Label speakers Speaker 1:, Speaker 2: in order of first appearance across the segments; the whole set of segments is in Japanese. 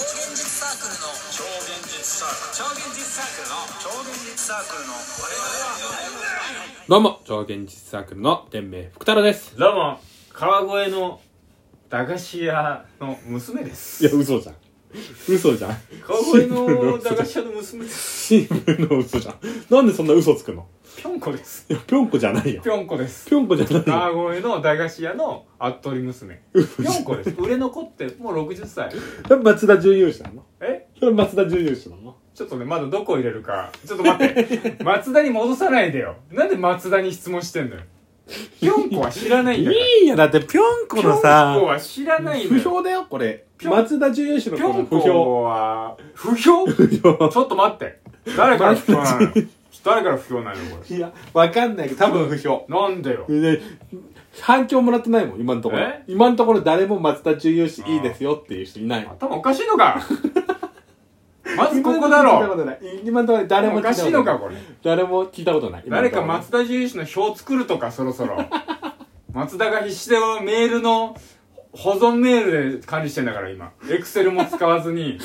Speaker 1: サークルの
Speaker 2: 超現実サー
Speaker 1: 超現実サークルの
Speaker 2: クル超現実サークルの
Speaker 3: どうも、超現実サークルの天命福太郎です。
Speaker 4: どうも川越の駄菓子屋の娘です
Speaker 3: いや、嘘じゃん。嘘じゃん。
Speaker 4: 川越の駄菓子屋の娘です
Speaker 3: 新聞の嘘じゃん。なんでそんな嘘つくの
Speaker 4: ぴょんこです
Speaker 3: いや、ぴょんこじゃないよ
Speaker 4: ぴ。ょんこです
Speaker 3: ぴょんこじゃないよ。
Speaker 4: 川越の駄菓子屋の服部娘ぴょんこです売れ残ってもう60歳
Speaker 3: 松田準優勝なの
Speaker 4: え
Speaker 3: それ松田準優勝なの
Speaker 4: ちょっとねまだどこ入れるかちょっと 待って松田に戻さないでよなんで松田に質問してんのよぴょんこは知らないんだから
Speaker 3: いや、だってぴょんこ
Speaker 4: ぴょんこは知らないの
Speaker 3: 不
Speaker 4: よ
Speaker 3: 評だよ、これ。
Speaker 4: ぴょん
Speaker 3: 松田準優勝
Speaker 4: ぴ
Speaker 3: の
Speaker 4: ょ
Speaker 3: この
Speaker 4: ん
Speaker 3: 不評。
Speaker 4: こは不評
Speaker 3: 不評。
Speaker 4: ちょっと待って。誰から不評なの誰から不評なのこ
Speaker 3: いや、わかんないけど、多分不評。
Speaker 4: れ。なんでよ。
Speaker 3: で反響もらってないもん、今のところ
Speaker 4: え。
Speaker 3: 今のところ誰も松田準優勝いいですよっていう人いない。
Speaker 4: 頭おかしいの かまずここだろ。
Speaker 3: 今のところ誰も
Speaker 4: お
Speaker 3: 聞いたこと
Speaker 4: かし
Speaker 3: ない
Speaker 4: いのかこれ。
Speaker 3: 誰も聞いたことない
Speaker 4: 誰か松田獣医師の表作るとか、そろそろ。松田が必死でメールの、保存メールで管理してんだから今。エクセルも使わず に。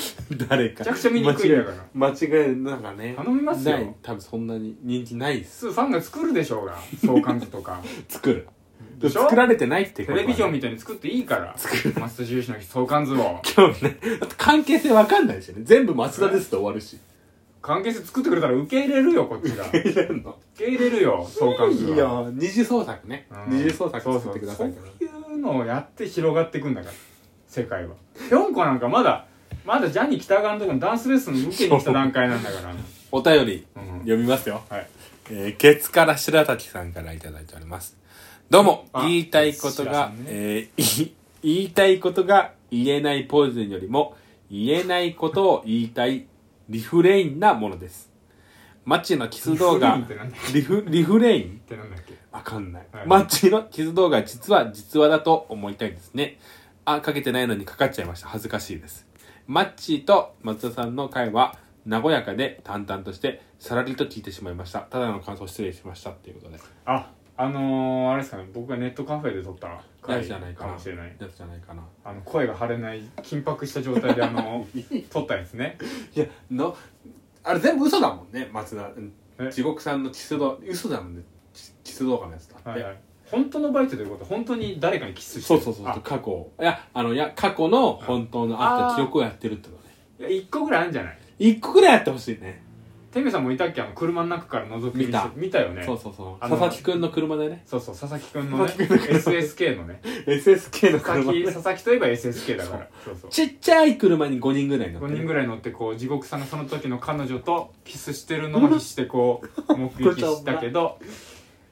Speaker 3: 誰か
Speaker 4: めちゃくちゃ見にくいんだから
Speaker 3: 間違い間違いなんかね
Speaker 4: 頼みますよ
Speaker 3: ない多分そんなに人気ないっす
Speaker 4: 普通ファンが作るでしょうが。相関図とか。
Speaker 3: 作る
Speaker 4: でしょ
Speaker 3: 作られてないって
Speaker 4: テレビジョン
Speaker 3: 見
Speaker 4: みたいに作っていいから。松田獣医師の相関図を。
Speaker 3: 今日ねだって関係性わかんないしね全部松田ですって終わるし
Speaker 4: 関係性作ってくれたら受け入れるよ、こっちが。受
Speaker 3: いるの
Speaker 4: け入れるよ、相関図
Speaker 3: い
Speaker 4: は。
Speaker 3: いよ二次創作ね
Speaker 4: うん
Speaker 3: 二次創作作ってください
Speaker 4: そうそうそういうのをやって広がっていくんだから世界はぴょんこなんかまだまだジャニー喜多川のとこにダンスレッスン受けに来た段階なん だから
Speaker 3: お便り
Speaker 4: うん
Speaker 3: 読みますよ
Speaker 4: はい
Speaker 3: えーケツから白滝さんからいただいておりますどうも
Speaker 4: あ
Speaker 3: 言いたいこと
Speaker 4: 白さ
Speaker 3: が、
Speaker 4: んね
Speaker 3: えーい言いたいことが言えないポイズンよりも言えないことを言いたいリフレインなものですマッチのキス動画
Speaker 4: リフ
Speaker 3: リフ
Speaker 4: レインってなんだ
Speaker 3: リフレイン
Speaker 4: ってなんだっけ
Speaker 3: わかんない、
Speaker 4: はい
Speaker 3: マッチのキス動画実は実話だと思いたいですねあかけてないのにかかっちゃいました恥ずかしいですマッチーと松田さんの会は和やかで淡々としてさらりと聞いてしまいましたただの感想失礼しましたっていうことで
Speaker 4: ああのー、あれですかね僕がネットカフェで撮った
Speaker 3: や
Speaker 4: 回
Speaker 3: つじゃないか
Speaker 4: か
Speaker 3: な
Speaker 4: もしれない
Speaker 3: やつじゃないかな
Speaker 4: あの声が張れない緊迫した状態で あの撮ったやつね
Speaker 3: いやのあれ全部嘘だもんね松田うん
Speaker 4: え
Speaker 3: 地獄さんのキス動画嘘だもんねキキス動画のやつだって、
Speaker 4: はいはい本当のバイトということは本当に誰かにキスして
Speaker 3: そう
Speaker 4: る
Speaker 3: そうそう
Speaker 4: あ
Speaker 3: 過去をいやあのいや過去の本当のあった記憶をやってるってことね
Speaker 4: いや一個ぐらいあるんじゃない
Speaker 3: 一個ぐらいやってほしいね
Speaker 4: てめさんもいたっけあの車の中から覗き見
Speaker 3: 見た
Speaker 4: 見たよね
Speaker 3: そうそうそう
Speaker 4: あ
Speaker 3: 佐
Speaker 4: の
Speaker 3: 々木くんの車でね
Speaker 4: そうそう佐々木くんのね
Speaker 3: 佐々木くんの
Speaker 4: SSK のね
Speaker 3: SSK の
Speaker 4: 佐 々
Speaker 3: 車
Speaker 4: 木佐々木といえば SSK だからそうそう
Speaker 3: ちっちゃい車に5人ぐらい乗って
Speaker 4: 5人ぐ
Speaker 3: らい
Speaker 4: らい乗ってこう地獄さんがその時の彼女とキスしてるのを必死でこ う目撃したけど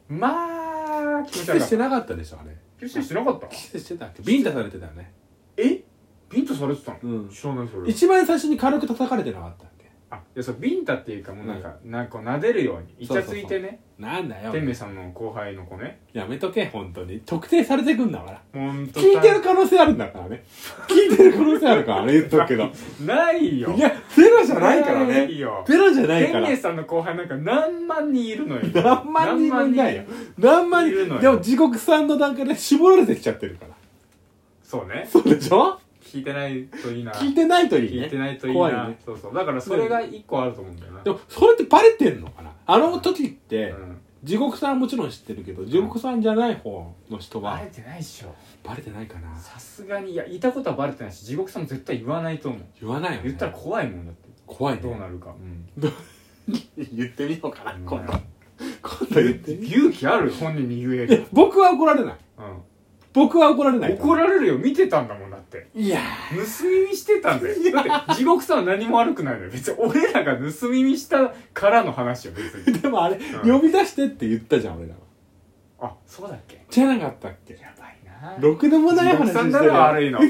Speaker 4: まあ気
Speaker 3: キ
Speaker 4: 持ち
Speaker 3: ス
Speaker 4: 悪かっ
Speaker 3: して
Speaker 4: た
Speaker 3: なかったでしょあれ
Speaker 4: キスしてなかった
Speaker 3: キスしてたっけビンタされてたよね
Speaker 4: えビンタされてたの
Speaker 3: うん
Speaker 4: 知らないそれ
Speaker 3: 一番最初に軽く叩かれてなかったっけ
Speaker 4: あいやそうビンタっていうかもうなんかなんかこう撫でるようにイチャついてね
Speaker 3: なんだよ
Speaker 4: 天明さんの後輩の子ね
Speaker 3: やめとけ本当に特定されてくんだから
Speaker 4: ほんと
Speaker 3: 聞いてる可能性あるんだからね 聞いてる可能性あるからね言っとくけど
Speaker 4: ないよ
Speaker 3: いやゼロじゃないから
Speaker 4: い
Speaker 3: ね
Speaker 4: よ
Speaker 3: ゼロじゃない
Speaker 4: 天
Speaker 3: から
Speaker 4: 明さんの後輩なんか何万人いるのよ
Speaker 3: 何万人もいないよ何万
Speaker 4: いるの
Speaker 3: 人
Speaker 4: よ
Speaker 3: でも地獄さんの段階で絞られてきちゃってるから
Speaker 4: そうね
Speaker 3: そうでしょ
Speaker 4: 聞いてないといいな
Speaker 3: 聞いてないといいね
Speaker 4: 聞いてないといい
Speaker 3: 怖い
Speaker 4: な
Speaker 3: ね
Speaker 4: そうそうだからそれが一個あると思うんだよな
Speaker 3: でもそれってバレてんのかなあの時って、
Speaker 4: うん
Speaker 3: 地獄さんはもちろん知ってるけど地獄さんじゃない方の人は
Speaker 4: バレてないっしょ
Speaker 3: バレてないかな
Speaker 4: さすがにいやいたことはバレてないし地獄さんも絶対言わないと思う
Speaker 3: 言わないよね
Speaker 4: 言ったら怖いもんだって
Speaker 3: 怖いね
Speaker 4: どうなるかうん
Speaker 3: 言ってみようかな今度
Speaker 4: うん
Speaker 3: 今度言ってみよ
Speaker 4: 勇気ある本人に言え
Speaker 3: ういや
Speaker 4: る
Speaker 3: 僕は怒られない
Speaker 4: うん
Speaker 3: 僕は怒られない
Speaker 4: 怒
Speaker 3: れ
Speaker 4: られるよ見てたんだもんだって
Speaker 3: いや
Speaker 4: 盗み見してたんだ よだって地獄さんは何も悪くないのよ別に俺らが盗み見したからの話よ別に
Speaker 3: ーでもあれ、
Speaker 4: うん
Speaker 3: 呼び出してって言ったじゃん俺らは
Speaker 4: あそうだっけ
Speaker 3: じゃなかったっけ
Speaker 4: やばいな
Speaker 3: ろくでもない話
Speaker 4: 地
Speaker 3: し
Speaker 4: 獄
Speaker 3: て
Speaker 4: さん
Speaker 3: る
Speaker 4: だろ悪いの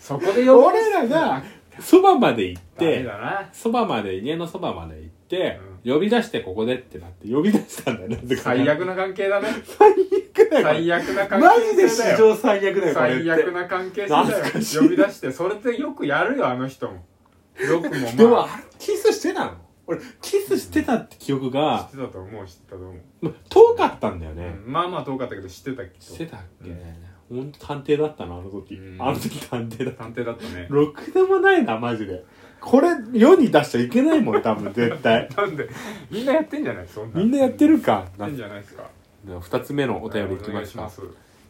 Speaker 4: そこで呼ばれ
Speaker 3: 俺らがそばまで行っ
Speaker 4: ダメ
Speaker 3: て
Speaker 4: だな
Speaker 3: そばまで家のそばまで行って、呼び出してここでってなって呼び出したんだよなぜか
Speaker 4: 最悪な関係だね最悪な関
Speaker 3: マジ
Speaker 4: 係
Speaker 3: で
Speaker 4: 性だ
Speaker 3: 史
Speaker 4: よ
Speaker 3: 上最悪だよこれって
Speaker 4: 最悪な関係性だよ
Speaker 3: 懐かしい
Speaker 4: 呼び出してそれってよくやるよあの人もよく も
Speaker 3: でも、
Speaker 4: まあ
Speaker 3: あれキスしてたの俺キスしてたって記憶が
Speaker 4: 知っ、てたと思う知ってたと思う、
Speaker 3: ま遠かったんだよね、
Speaker 4: うんまあまあ遠かったけど知ってたけ
Speaker 3: して
Speaker 4: ど
Speaker 3: たっけ、ほんと探偵だったなあの時、
Speaker 4: うん
Speaker 3: あの時探偵だった
Speaker 4: 探偵だったね
Speaker 3: ろくでもないなマジでこれ世に出しちゃいけないもん多分絶 対
Speaker 4: なんでみんなやってんじゃないそんな
Speaker 3: みんなやってるか
Speaker 4: やってんじゃないですか
Speaker 3: 2つ目のお便りいき
Speaker 4: お願
Speaker 3: ま
Speaker 4: い
Speaker 3: し
Speaker 4: したます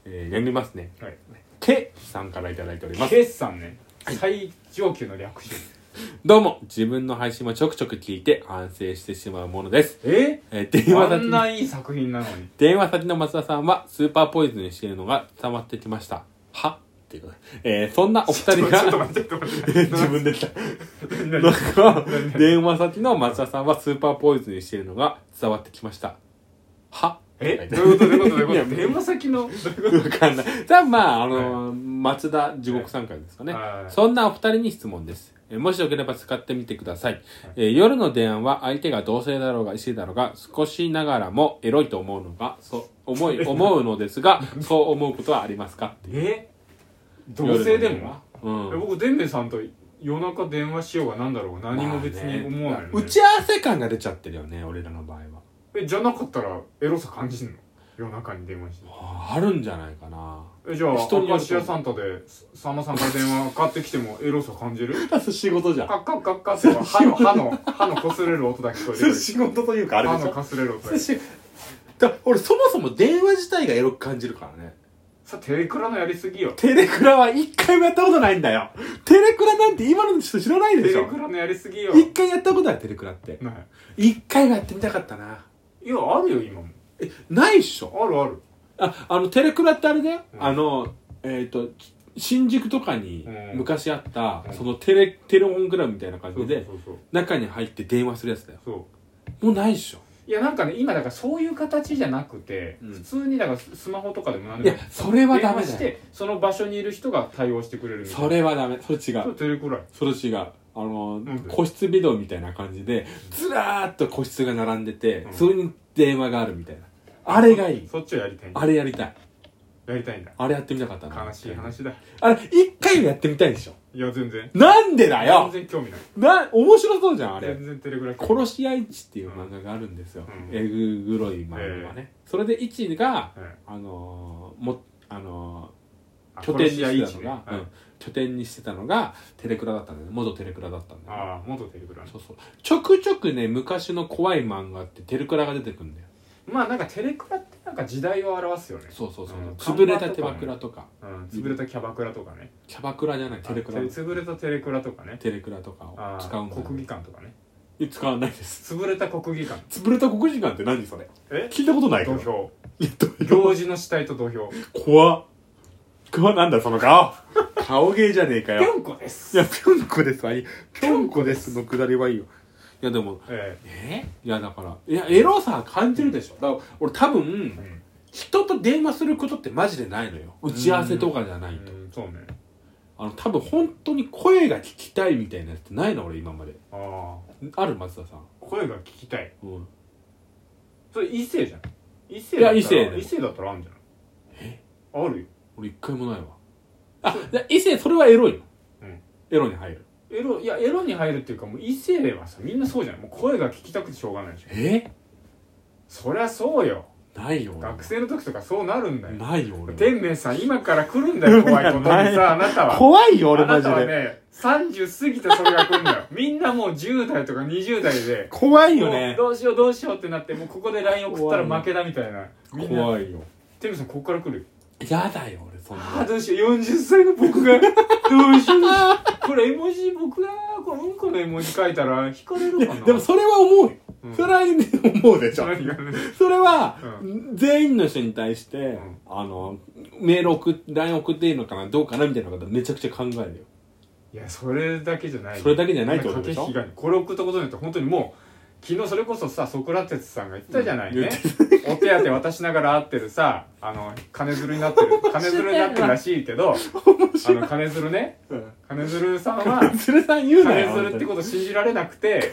Speaker 3: えーやりますね
Speaker 4: はい
Speaker 3: ケさんからいただいております
Speaker 4: 決算ね最上級の略称
Speaker 3: どうも自分の配信もちょくちょく聞いて反省してしまうものです、
Speaker 4: え
Speaker 3: えー電話
Speaker 4: あ
Speaker 3: だ
Speaker 4: んないい作品なのに
Speaker 3: 電話先の松田さんはスーパーポイズンにしているのが伝わってきましたはっていうことで、えーそんなお二
Speaker 4: ちょ
Speaker 3: 人
Speaker 4: っ
Speaker 3: が
Speaker 4: と待ってちょっと待って
Speaker 3: 自分で来 た
Speaker 4: 何
Speaker 3: なんか電話先の松田さんはスーパーポイズンにしているのが伝わってきましたは
Speaker 4: えどういうことどういうことどういうこと
Speaker 3: いや
Speaker 4: 電話先の
Speaker 3: わかんない。じゃあまあ、あの松田地獄さんからですかね、
Speaker 4: はい
Speaker 3: そんなお二人に質問です。えもしよければ使ってみてください。えー夜の電話は相手が同性だろうが異性だろうが少しながらもエロいと思うのが、そう、思い、思うのです が、そう思うことはありますかっていう
Speaker 4: え同性でも
Speaker 3: うん。
Speaker 4: 僕伝兵衛さんと夜中電話しようがなんだろうが何も別に思わない、ね
Speaker 3: 打ち合わせ感が出ちゃってるよね、俺らの場合は。
Speaker 4: えじゃなかったらエロさ感じんの夜中に電話して
Speaker 3: あーあるんじゃないか な。
Speaker 4: えじゃあ
Speaker 3: 人によ
Speaker 4: 明
Speaker 3: ると
Speaker 4: 石家サンタでさんまさんから電話かかってきてもエロさ感じる
Speaker 3: 仕事じゃん。
Speaker 4: カッカッカッカッって歯の歯の歯の擦れる音だけ聞こえてく る
Speaker 3: 仕事というか、あれ
Speaker 4: 歯
Speaker 3: でし
Speaker 4: の
Speaker 3: ょ
Speaker 4: かすれる音だけ
Speaker 3: 寿司 だ俺そもそも電話自体がエロく感じるからね
Speaker 4: さテレクラのやりすぎよ
Speaker 3: テレクラは一回もやったことないんだよテレクラなんて今の人知らない
Speaker 4: テ
Speaker 3: でし
Speaker 4: レ
Speaker 3: ょ
Speaker 4: クラのやりすぎよ
Speaker 3: 一回やったことないテレクラって
Speaker 4: な
Speaker 3: 一回はやってみたかったない
Speaker 4: いやあるよ今も
Speaker 3: えないっしょ
Speaker 4: あるある
Speaker 3: ああのテレクラってあれだよ、
Speaker 4: うん
Speaker 3: あのえっ、と新宿とかに
Speaker 4: うん
Speaker 3: 昔あった、
Speaker 4: うん
Speaker 3: そのテレテレオングラブみたいな感
Speaker 4: そ
Speaker 3: じ
Speaker 4: うそう
Speaker 3: で
Speaker 4: そうそう
Speaker 3: 中に入って電話するやつだよ
Speaker 4: そう
Speaker 3: もうないっしょ
Speaker 4: いやなんかね今だからそういう形じゃなくて、
Speaker 3: うん
Speaker 4: 普通にだからスマホとかでも何
Speaker 3: い
Speaker 4: で
Speaker 3: や
Speaker 4: も
Speaker 3: それは
Speaker 4: 電
Speaker 3: ダメ
Speaker 4: 話し
Speaker 3: だよ
Speaker 4: てその場所にいる人が対応してくれるみたいな
Speaker 3: それはダメそれ違う
Speaker 4: それテレクラ
Speaker 3: それ違うあの
Speaker 4: なんで
Speaker 3: 個室ビデオみたいな感じでずらーっと個室が並んでて、
Speaker 4: うん
Speaker 3: それに電話があるみたいなあれがいい
Speaker 4: そっちをやりたいんだ
Speaker 3: あれやりたい
Speaker 4: やりたいんだ
Speaker 3: あれやってみたかったな
Speaker 4: 悲しい話だ
Speaker 3: あれ一回はやってみたいでしょ
Speaker 4: いや全然
Speaker 3: なんでだ
Speaker 4: 全
Speaker 3: よ
Speaker 4: 然興味ない
Speaker 3: な面白そうじゃんあれ
Speaker 4: 全然テレグラ
Speaker 3: 「
Speaker 4: フ
Speaker 3: 殺し合い地」っていう漫画があるんですよ、
Speaker 4: うん
Speaker 3: えぐ黒い漫画がね、それで一が
Speaker 4: うん
Speaker 3: あのーもあのー
Speaker 4: あ
Speaker 3: 拠点に
Speaker 4: 殺
Speaker 3: し
Speaker 4: し合
Speaker 3: て
Speaker 4: い
Speaker 3: たのが、
Speaker 4: 位置ね
Speaker 3: うん拠点にしてたのがテレクラだったんだよね元テレクラだったんだよね
Speaker 4: ああ元テレグラね
Speaker 3: そうそうちょくちょくね昔の怖い漫画ってテルクラが出てくるんだよ
Speaker 4: まあなんかテレクラってなんか時代を表すよね
Speaker 3: そうそうそう、
Speaker 4: うん
Speaker 3: 潰れた手枕とか
Speaker 4: うん潰れたキャバクラとかね
Speaker 3: キャバクラじゃないテレクラ
Speaker 4: あて潰れたテレクラとかね
Speaker 3: テレクラとか
Speaker 4: あ
Speaker 3: を使うんだ
Speaker 4: あ
Speaker 3: よ
Speaker 4: 国技館とかね
Speaker 3: いや使わないです
Speaker 4: 潰れた国技館
Speaker 3: 潰れた黒人館って何それ
Speaker 4: え
Speaker 3: 聞いたことない
Speaker 4: 土
Speaker 3: よ
Speaker 4: 俵
Speaker 3: いやどういう
Speaker 4: 行事の死体と土俵
Speaker 3: 怖っ怖っなんだその顔顔芸じゃねえか
Speaker 4: ぴ
Speaker 3: よ
Speaker 4: ょんこで
Speaker 3: い
Speaker 4: す
Speaker 3: やぴょんこですはいいぴょんこですのくだりはいいよいやでも
Speaker 4: え
Speaker 3: えいやだからいやエロさ感じるでしょだから俺多分、
Speaker 4: えうん
Speaker 3: 人と電話することってマジでないのよ打ち合わせとかじゃないと、
Speaker 4: うんそうね
Speaker 3: あの多分本当に声が聞きたいみたいなやつってないの俺今まで
Speaker 4: あ
Speaker 3: ある松田さん、
Speaker 4: あ声が聞きたい
Speaker 3: うん、
Speaker 4: それ異性じゃん異性
Speaker 3: いや
Speaker 4: だったら
Speaker 3: 異性でも
Speaker 4: 異性だったらあるんじゃないえあるよ
Speaker 3: 俺一回もないわあで異性それはエロいの、
Speaker 4: うん
Speaker 3: エロに入る
Speaker 4: エロいやエロに入るっていうかもう異性ではさみんなそうじゃないもう声が聞きたくてしょうがないでしょ
Speaker 3: え
Speaker 4: そりゃそうよ
Speaker 3: ないよ俺
Speaker 4: 学生の時とかそうなるんだよ
Speaker 3: ないよ俺
Speaker 4: 天明さん今から来るんだよ怖い ことに
Speaker 3: ない
Speaker 4: さあなたは
Speaker 3: 怖いよ俺
Speaker 4: あ
Speaker 3: マ
Speaker 4: な
Speaker 3: ジ
Speaker 4: たは
Speaker 3: で、
Speaker 4: ね30過ぎてそれが来るん だよみんなもう10代とか20代で
Speaker 3: 怖いよ
Speaker 4: もう
Speaker 3: ね
Speaker 4: どうしようどうしようってなってもうここで LINE 送ったら負けだみたいなみんない
Speaker 3: よ
Speaker 4: 天明さんここから来るよ
Speaker 3: やだよ俺そん
Speaker 4: ああ
Speaker 3: な
Speaker 4: どうしよう40歳の僕がどうしようこれ絵文字僕がこのうんこの絵文字書いたら引かれるかな
Speaker 3: でもそれは思うよ、
Speaker 4: うん
Speaker 3: それは思うでしょ
Speaker 4: 何がね
Speaker 3: それは、
Speaker 4: う
Speaker 3: 全員の人に対して、
Speaker 4: ん
Speaker 3: あの、メール送っ、LINE 送っていいのかな、どうかなみたいなことめちゃくちゃ考えるよ。
Speaker 4: いやそれだけじゃない
Speaker 3: それだけじゃないってことでしょ
Speaker 4: 駆け引きがこれ送ったことによって本当にもう昨日それこそさソクラテスさんが言ってたじゃないね、お手当渡しながら会ってるさあの金づるになってる金づるになってるらしいけどあの金づるね金づるさんは
Speaker 3: それさん言うな
Speaker 4: 金
Speaker 3: よ。
Speaker 4: づるってこと信じられなくて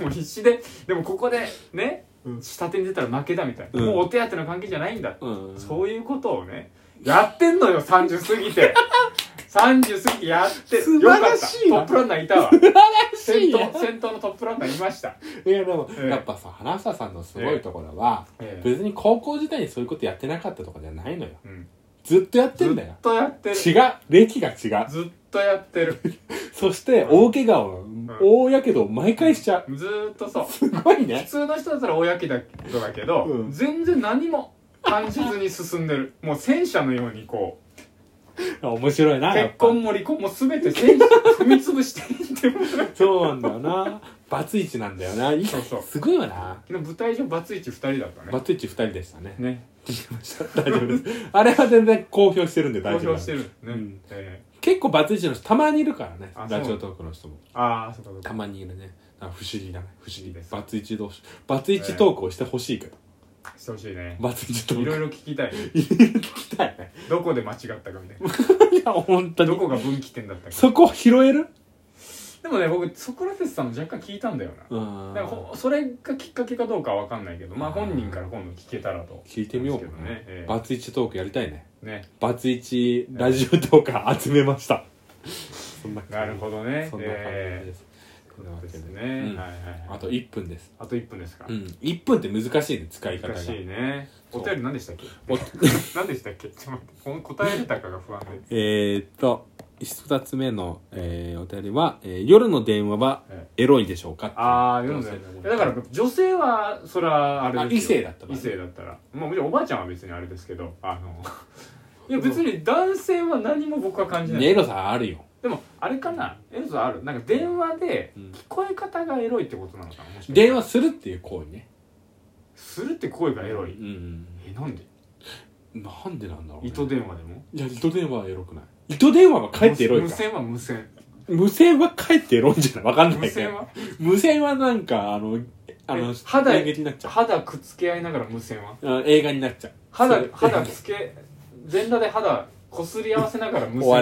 Speaker 4: もう必死ででもここでね
Speaker 3: うん
Speaker 4: 下手に出たら負けだみたいな、
Speaker 3: うん
Speaker 4: もうお手当の関係じゃないんだって
Speaker 3: うん。
Speaker 4: そういうことをね、やってんのよ、30過ぎて。30過ぎてやって、
Speaker 3: 素晴らしい
Speaker 4: よ
Speaker 3: わ
Speaker 4: かったトップランナーいたわ。
Speaker 3: し
Speaker 4: 先
Speaker 3: いよ
Speaker 4: 頭、先頭のトップランナーいました。
Speaker 3: いや、でも、
Speaker 4: ええ
Speaker 3: やっぱさ、花房さんのすごいところは、
Speaker 4: ええ
Speaker 3: 別に高校時代にそういうことやってなかったとかじゃないのよ。
Speaker 4: うん。
Speaker 3: ずっとやって
Speaker 4: ず
Speaker 3: んだよ
Speaker 4: っ。とやってる
Speaker 3: 違う。歴が違う。
Speaker 4: ずっとやってる
Speaker 3: そして、大怪我を、大やけどを毎回しちゃう。
Speaker 4: ずーっとそう
Speaker 3: すごい
Speaker 4: 普
Speaker 3: ね。
Speaker 4: 通の人だったら大やけどだけど、
Speaker 3: うん
Speaker 4: 全然何も感じずに進んでるもう戦車のようにこ
Speaker 3: 面白いな。
Speaker 4: う
Speaker 3: やっ
Speaker 4: 結
Speaker 3: ぱ
Speaker 4: 婚も離婚も全て戦車踏み潰してい って
Speaker 3: そうなんだよな。バツイチなんだよな。いい
Speaker 4: そうそう
Speaker 3: すごいよな。
Speaker 4: 昨日舞台上バツイチ2人だった
Speaker 3: バ
Speaker 4: ね
Speaker 3: ツイチ二人でしたね。
Speaker 4: ね
Speaker 3: 大丈夫です。あれは全然公表してるんで
Speaker 4: 公
Speaker 3: 大丈夫
Speaker 4: 表
Speaker 3: で
Speaker 4: し
Speaker 3: す
Speaker 4: て。るね、
Speaker 3: うん
Speaker 4: え
Speaker 3: 結構バツイチの人たまにいるからね
Speaker 4: あ。そう
Speaker 3: ラジオトークの人も。
Speaker 4: ーああそうかそう
Speaker 3: た
Speaker 4: か
Speaker 3: まにいるね。なんか不思議だね。不思
Speaker 4: いい
Speaker 3: 議
Speaker 4: です
Speaker 3: バツイチ同士。バツイチトークをしてほしいけど。
Speaker 4: してほしいね
Speaker 3: バツイチト
Speaker 4: い
Speaker 3: ー
Speaker 4: ろい
Speaker 3: ク。
Speaker 4: ろ聞きたいね
Speaker 3: 聞きたいね。
Speaker 4: どこで間違ったかみ たいない
Speaker 3: や、本当
Speaker 4: ど
Speaker 3: に。
Speaker 4: こが分岐点だったか
Speaker 3: そこ拾える
Speaker 4: でもね僕ソクラテスさんも若干聞いたんだよな
Speaker 3: うん
Speaker 4: だからほそれがきっかけかどうかは分かんないけどまあ本人から今度聞けたらと
Speaker 3: 聞いてみようか
Speaker 4: 思ん
Speaker 3: な
Speaker 4: ですけどね、え
Speaker 3: バツイチトークやりたいね。
Speaker 4: えね
Speaker 3: バツイチラジオトーカー集めました。そんな
Speaker 4: なるほどね
Speaker 3: そんな感じ
Speaker 4: え
Speaker 3: です。
Speaker 4: え
Speaker 3: そんなわけ
Speaker 4: で
Speaker 3: です
Speaker 4: ね、
Speaker 3: うん
Speaker 4: はいはいはい
Speaker 3: あと1分です。
Speaker 4: あと1分ですか、
Speaker 3: うん。1分って難しいね、使い方が
Speaker 4: 難。しいね
Speaker 3: そ
Speaker 4: お
Speaker 3: う
Speaker 4: 便り何でしたっけ
Speaker 3: お
Speaker 4: 何でしたっけちょっと待ってこの答えれたかが不安 で
Speaker 3: えーっと、2つ目の、えーお便りは、えー夜の電話は
Speaker 4: え
Speaker 3: エロいでしょうかっていう
Speaker 4: ああ世の中いやだから女性はそれはあれです
Speaker 3: あ異
Speaker 4: よ
Speaker 3: 性だった場合
Speaker 4: 異性だったらまあもちろんおばあちゃんは別にあれですけど あのいや別に男性は何も僕は感じない、
Speaker 3: ねエロさあるよ。
Speaker 4: でもあれかなエロさあるなんか電話で
Speaker 3: うん
Speaker 4: 聞こえ方がエロいってことなのかなもしかして
Speaker 3: 電話するっていう行為ね。
Speaker 4: するって声がエロ
Speaker 3: う
Speaker 4: い
Speaker 3: ん。
Speaker 4: えなんで
Speaker 3: なんでなんだろう、ね。
Speaker 4: 糸電話でも
Speaker 3: いや、糸電話はエロくない。糸電話はかえってエロい
Speaker 4: 無
Speaker 3: か。
Speaker 4: 線は無線
Speaker 3: 無線はかえってエロいんじゃないわかんな
Speaker 4: 無
Speaker 3: いけ
Speaker 4: 線
Speaker 3: ど。
Speaker 4: は
Speaker 3: 無線はなんか、あの、あの
Speaker 4: え、肌
Speaker 3: 演劇になっちゃう。
Speaker 4: 肌くっつけ合いながら無線は
Speaker 3: あ映画になっちゃう。
Speaker 4: 肌
Speaker 3: それ
Speaker 4: 肌つけ全裸で肌こすり合わせながら無線
Speaker 3: 終わ